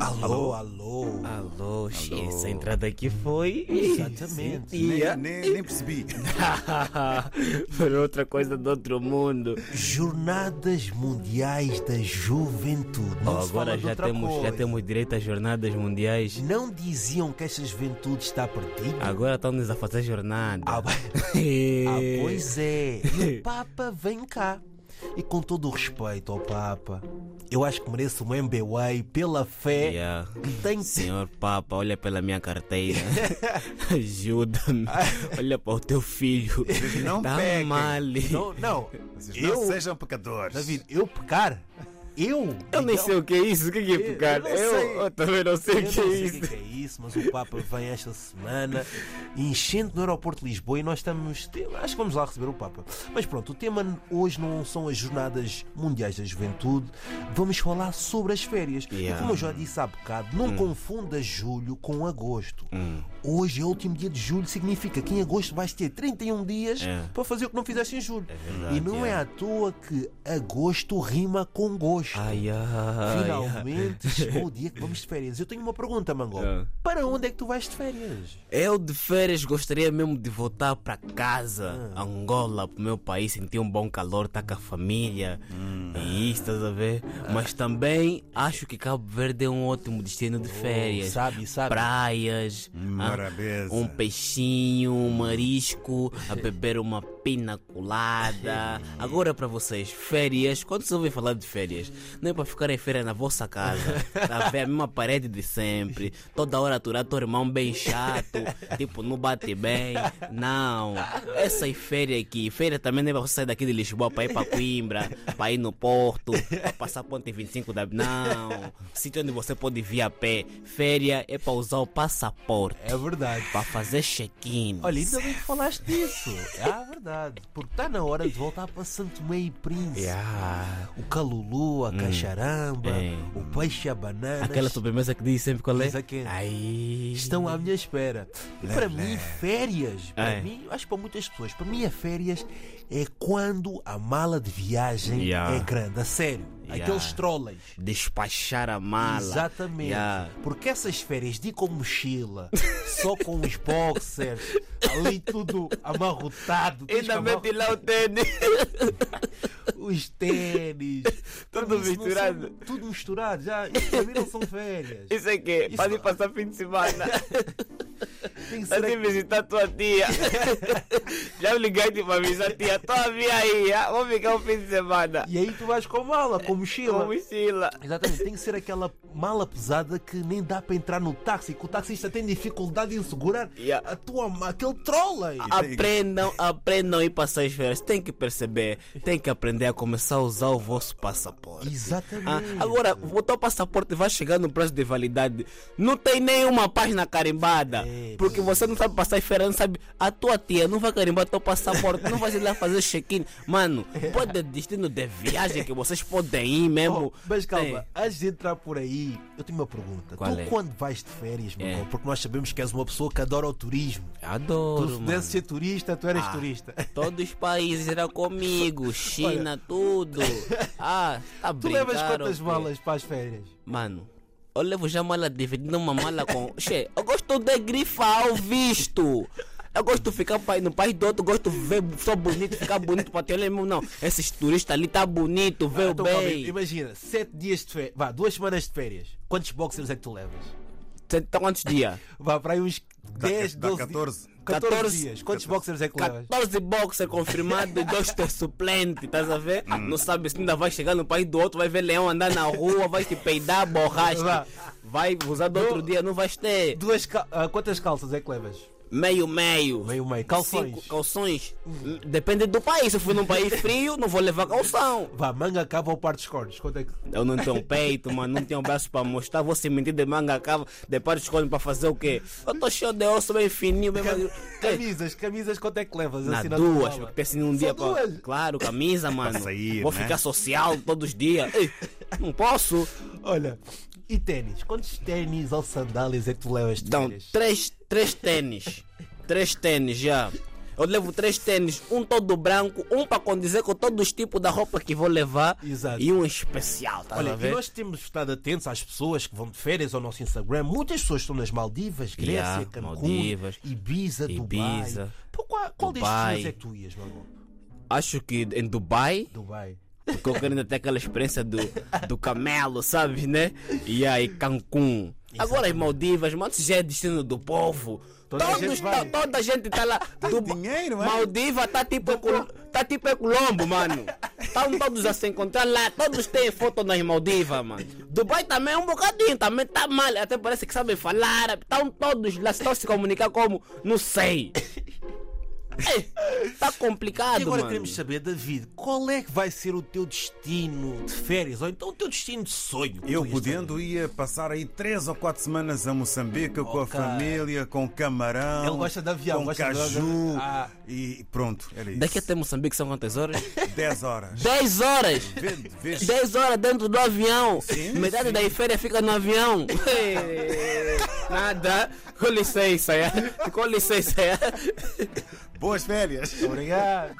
Alô, alô. Ah, Alô, xê, essa entrada aqui foi. Exatamente. Sentia. Nem, nem- nem percebi. foi outra coisa do outro mundo. Jornadas Mundiais da Juventude. Não Oh, se fala agora de já outra temos, já coisa. temos direito às jornadas mundiais. Não diziam que essa juventude está perdida? Agora estão-nos a fazer jornada. Ah, ah, eh. pois é. E o Papa vem cá. E com todo o respeito ao Papa, eu acho que mereço um MBA pela fé Yeah. que tem que é. Senhor Papa, olha pela minha carteira. Ajuda-me. Olha para o teu filho. não tá peguem. mal. Não, não. Vocês não Eu, sejam pecadores. David, eu pecar? Eu? Então, Eu nem Miguel? sei o que é isso. O que é, que é pecar? eu não Eu, sei. eu também não sei Eu o não que é sei isso. o que é que é isso, mas o Papa vem esta semana enchendo no aeroporto de Lisboa e nós estamos. Acho que vamos lá receber o Papa. Mas pronto, o tema hoje não são as Jornadas Mundiais da Juventude, vamos falar sobre as férias. E Yeah. Hum. como eu já disse há bocado, não confunda julho com agosto. Hoje é o último dia de julho, significa que em agosto vais ter 31 dias É. para fazer o que não fizeste em julho. verdade, e não é. yeah. à toa que agosto rima com gosto. Ai, ai. Finalmente chegou o dia que vamos de férias. Eu tenho uma pergunta, Mango. Ah. Para onde é que tu vais de férias? Eu de férias gostaria mesmo de voltar para casa, Angola, pro meu país, sentir um bom calor, tá com a família. E isso, estás a ver? Mas também acho que Cabo Verde é um ótimo destino de férias. sabe, sabe. Praias, Hum, ah, Maravilha. um peixinho, um marisco, a beber uma pina colada. Agora para vocês, férias, quando se ouvem falar de férias, não é para ficar em férias na vossa casa, tá vendo? A mesma parede de sempre, toda hora aturar teu irmão bem chato, tipo, não bate bem. Não, essas férias aqui, férias também não é para você sair daqui de Lisboa para ir para Coimbra, para ir no Porto, para passar ponte 25 da. Não, sítio onde você pode vir a pé. Férias é para usar o passaporte É verdade. para fazer check-in. Olha, então- ainda bem que falaste disso. É a verdade. Porque está na hora de voltar para Santo Tomé e Príncipe. É Yeah. O calulu, a cacharamba, Hum. É. o peixe, a banana. Aquela sobremesa que diz sempre qual é? É, Diz aquele. Aí. Estão à minha espera. E para mim, férias, para É. mim, eu acho que para muitas pessoas, para mim, é férias é quando a mala de viagem Yeah. é grande, a sério. Yeah. Aqueles trolleys. Despachar a mala. Exatamente. Yeah. Porque essas férias de ir com mochila, só com os boxers, ali tudo amarrotado, tens que Ainda amarrar mete lá o tênis. os ténis, Tudo Isso não misturado. são- tudo misturado, já. Isso para mim não são férias. Isso é que Isso- pode passar fim de semana. Tem que ser Pode aqui. visitar tua tia. Já me ligaste para avisar tia. Tô a vir aí. ah, Vou ficar um fim de semana. E aí tu vais com mala, com mochila. Com mochila. Exatamente, tem que ser aquela mala pesada que nem dá para entrar no táxi, que o taxista tem dificuldade em segurar Yeah. a tua, ma- aquele trolley. Ah, Aprendam, aprendam a ir passar as férias. Tem que perceber, tem que aprender a começar a usar o vosso passaporte. Ah, Exatamente. agora, o teu passaporte vai chegar no prazo de validade. Não tem nenhuma página carimbada. É, porque você não sabe passar férias, não sabe. A tua tia não vai carimbar teu passaporte, não vai ir lá fazer check-in. Mano, pode destino de viagem que vocês podem ir mesmo. Oh, mas calma, Tem. antes de entrar por aí, eu tenho uma pergunta. Qual tu é? quando vais de férias, meu É. irmão, porque nós sabemos que és uma pessoa que adora o turismo. Tu se Adoro, mano. pudesse ser turista, tu eras Ah. turista. Todos os países eram comigo, China, tudo. Ah, tá Tu levas quantas malas? malas para as férias? Mano, eu levo já mala dividida numa mala com. Che, eu gosto de grifar o visto. Eu gosto de ficar pa- no país do outro, gosto de ver só bonito, ficar bonito pra ter mesmo. Não, esses turistas ali tá bonito, vê o Então, calma aí, bem. imagina, sete dias de férias, vá, duas semanas de férias. Quantos boxers é que tu levas? Cê tá quantos dias? Vá para aí uns 10, dá 12 14. 14, 14. dias. Quantos boxers é que levas? 14 boxer confirmado e 2 ter suplente, tá a ver? Não sabe se ainda vai chegar no país do outro, vai ver leão andar na rua, vai te peidar borracha. Vá. Vai usar do outro dia, não vais ter. Duas cal- ah, quantas calças é que levas? Meio-meio. Meio meio. Calções. Uhum. Cinco calções. Depende do país. Se eu for num país frio, não vou levar calção. Vá, manga cava ou par de cornos? Quanto é que. Eu não tenho peito, mano, não tenho braço pra mostrar. Vou se mentir de manga cava, depois escolho pra fazer o quê? Eu tô cheio de osso bem fininho, bem magro. Que- Camisas, camisas, quanto é que levas? Na assim, tua duas, mala? porque assim um Só dia. pra- duas? Claro, camisa, mano. sair, vou né? ficar social todos os dias. Ei, não posso. Olha, e ténis? Quantos ténis ou sandálias é que tu levas de Então, férias? três, três tênis. Três tênis já. Eu levo três tênis, um todo branco, um para condizer com todos os tipos da roupa que vou levar Exato. e um especial, tá Olha, a e ver? nós temos estado atentos às pessoas que vão de férias ao nosso Instagram. Muitas pessoas estão nas Maldivas, Grécia, Yeah, Cancún, Maldivas, Ibiza, Dubai. Ibiza, Pô, qual qual destes Dubai. dias é que tu ias, meu amor? Acho que em Dubai Dubai. Porque eu quero ainda ter aquela experiência do, do camelo, sabes, né? E aí, Cancún. Agora as Maldivas, mano, isso já é destino do povo. Toda a Todos, gente vai. to- toda a gente tá lá. Do, dinheiro, é? Maldiva tá tipo, Col- tá tipo é Colombo, mano. Estão todos a se encontrar lá, todos têm foto nas Maldivas, mano. Dubai também é um bocadinho, também tá mal, até parece que sabem falar, estão todos lá, estão se comunicar como, não sei. Ei, tá complicado, E agora mano. queremos saber, David, qual é que vai ser o teu destino de férias? Ou então o teu destino de sonho? que Eu tu ias podendo ia passar aí três ou quatro semanas a Moçambique com a Ok. família, com camarão, Ele gosta de avião, com gosta de caju avião. Ah. e pronto, era isso. Daqui até Moçambique são quantas horas? 10 horas. 10 horas! Vende, vês? 10 horas dentro do avião! Sim, Metade da férias fica no avião! Nada! Com licença, é. com licença! é. Boas férias. Obrigado.